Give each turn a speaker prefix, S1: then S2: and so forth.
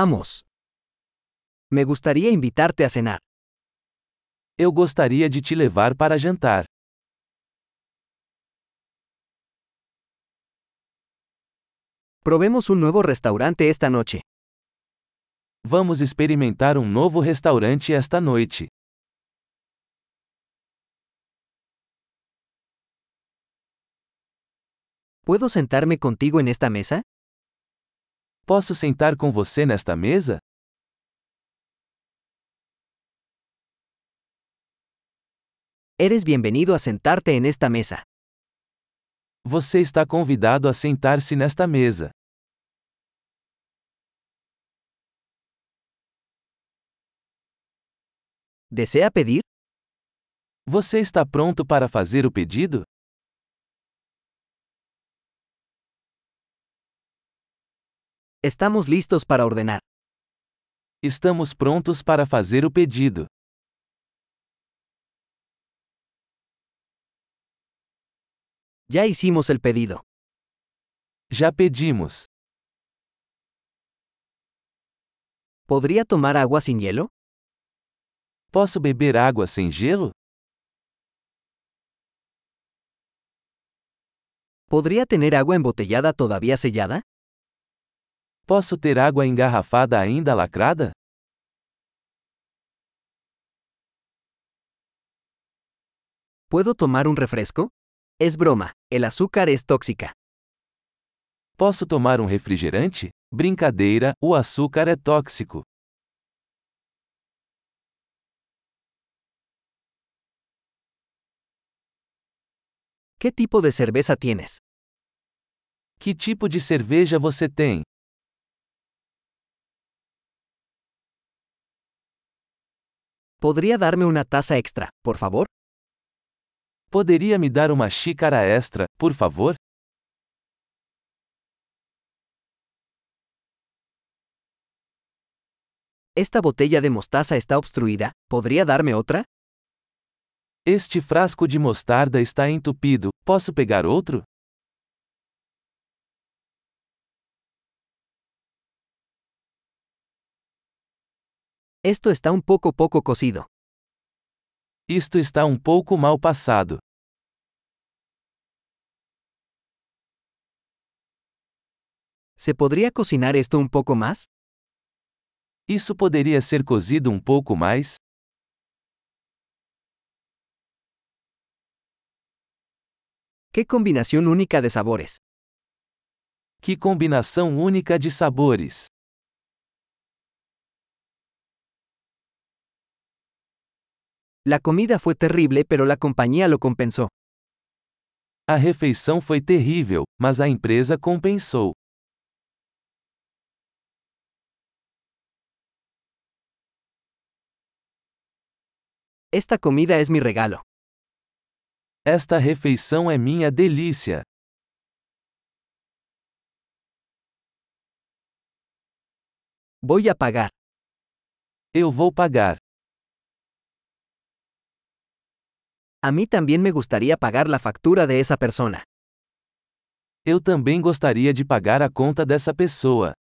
S1: Vamos. Me gustaría invitarte a cenar.
S2: Eu gostaria de te levar para jantar.
S1: Probemos un nuevo restaurante esta noche.
S2: Vamos experimentar um novo restaurante esta noite.
S1: ¿Puedo sentarme contigo en esta mesa?
S2: Posso sentar com você nesta mesa?
S1: Eres bienvenido a sentarte en esta mesa.
S2: Você está convidado a sentar-se nesta mesa.
S1: ¿Desea pedir?
S2: Você está pronto para fazer o pedido?
S1: Estamos listos para ordenar.
S2: Estamos prontos para fazer o pedido.
S1: Ya hicimos el pedido.
S2: Já pedimos.
S1: ¿Podría tomar agua sin hielo?
S2: Posso beber água sem gelo?
S1: ¿Podría tener agua embotellada todavía sellada?
S2: Posso ter água engarrafada ainda lacrada?
S1: ¿Puedo tomar un refresco? Es broma, el azúcar es tóxica.
S2: Posso tomar um refrigerante? Brincadeira, o açúcar é tóxico.
S1: ¿Qué tipo de cerveza tienes?
S2: Que tipo de cerveja você tem?
S1: ¿Podría darme una taza extra, por favor?
S2: Poderia me dar uma xícara extra, por favor?
S1: Esta botella de mostaza está obstruida, ¿podría darme otra?
S2: Este frasco de mostarda está entupido. Posso pegar outro?
S1: Esto está un poco poco cocido.
S2: Isto está um pouco mal passado.
S1: ¿Se podría cocinar esto un poco más?
S2: Isso poderia ser cozido um pouco mais?
S1: ¡Qué combinación única de sabores!
S2: Que combinação única de sabores!
S1: La comida fue terrible pero la compañía lo compensó.
S2: A refeição foi terrível, mas a empresa compensou.
S1: Esta comida es mi regalo.
S2: Esta refeição é minha delícia.
S1: Voy a pagar.
S2: Eu vou pagar.
S1: A mí también me gustaría pagar la factura de esa persona.
S2: Eu também gostaria de pagar a conta dessa pessoa.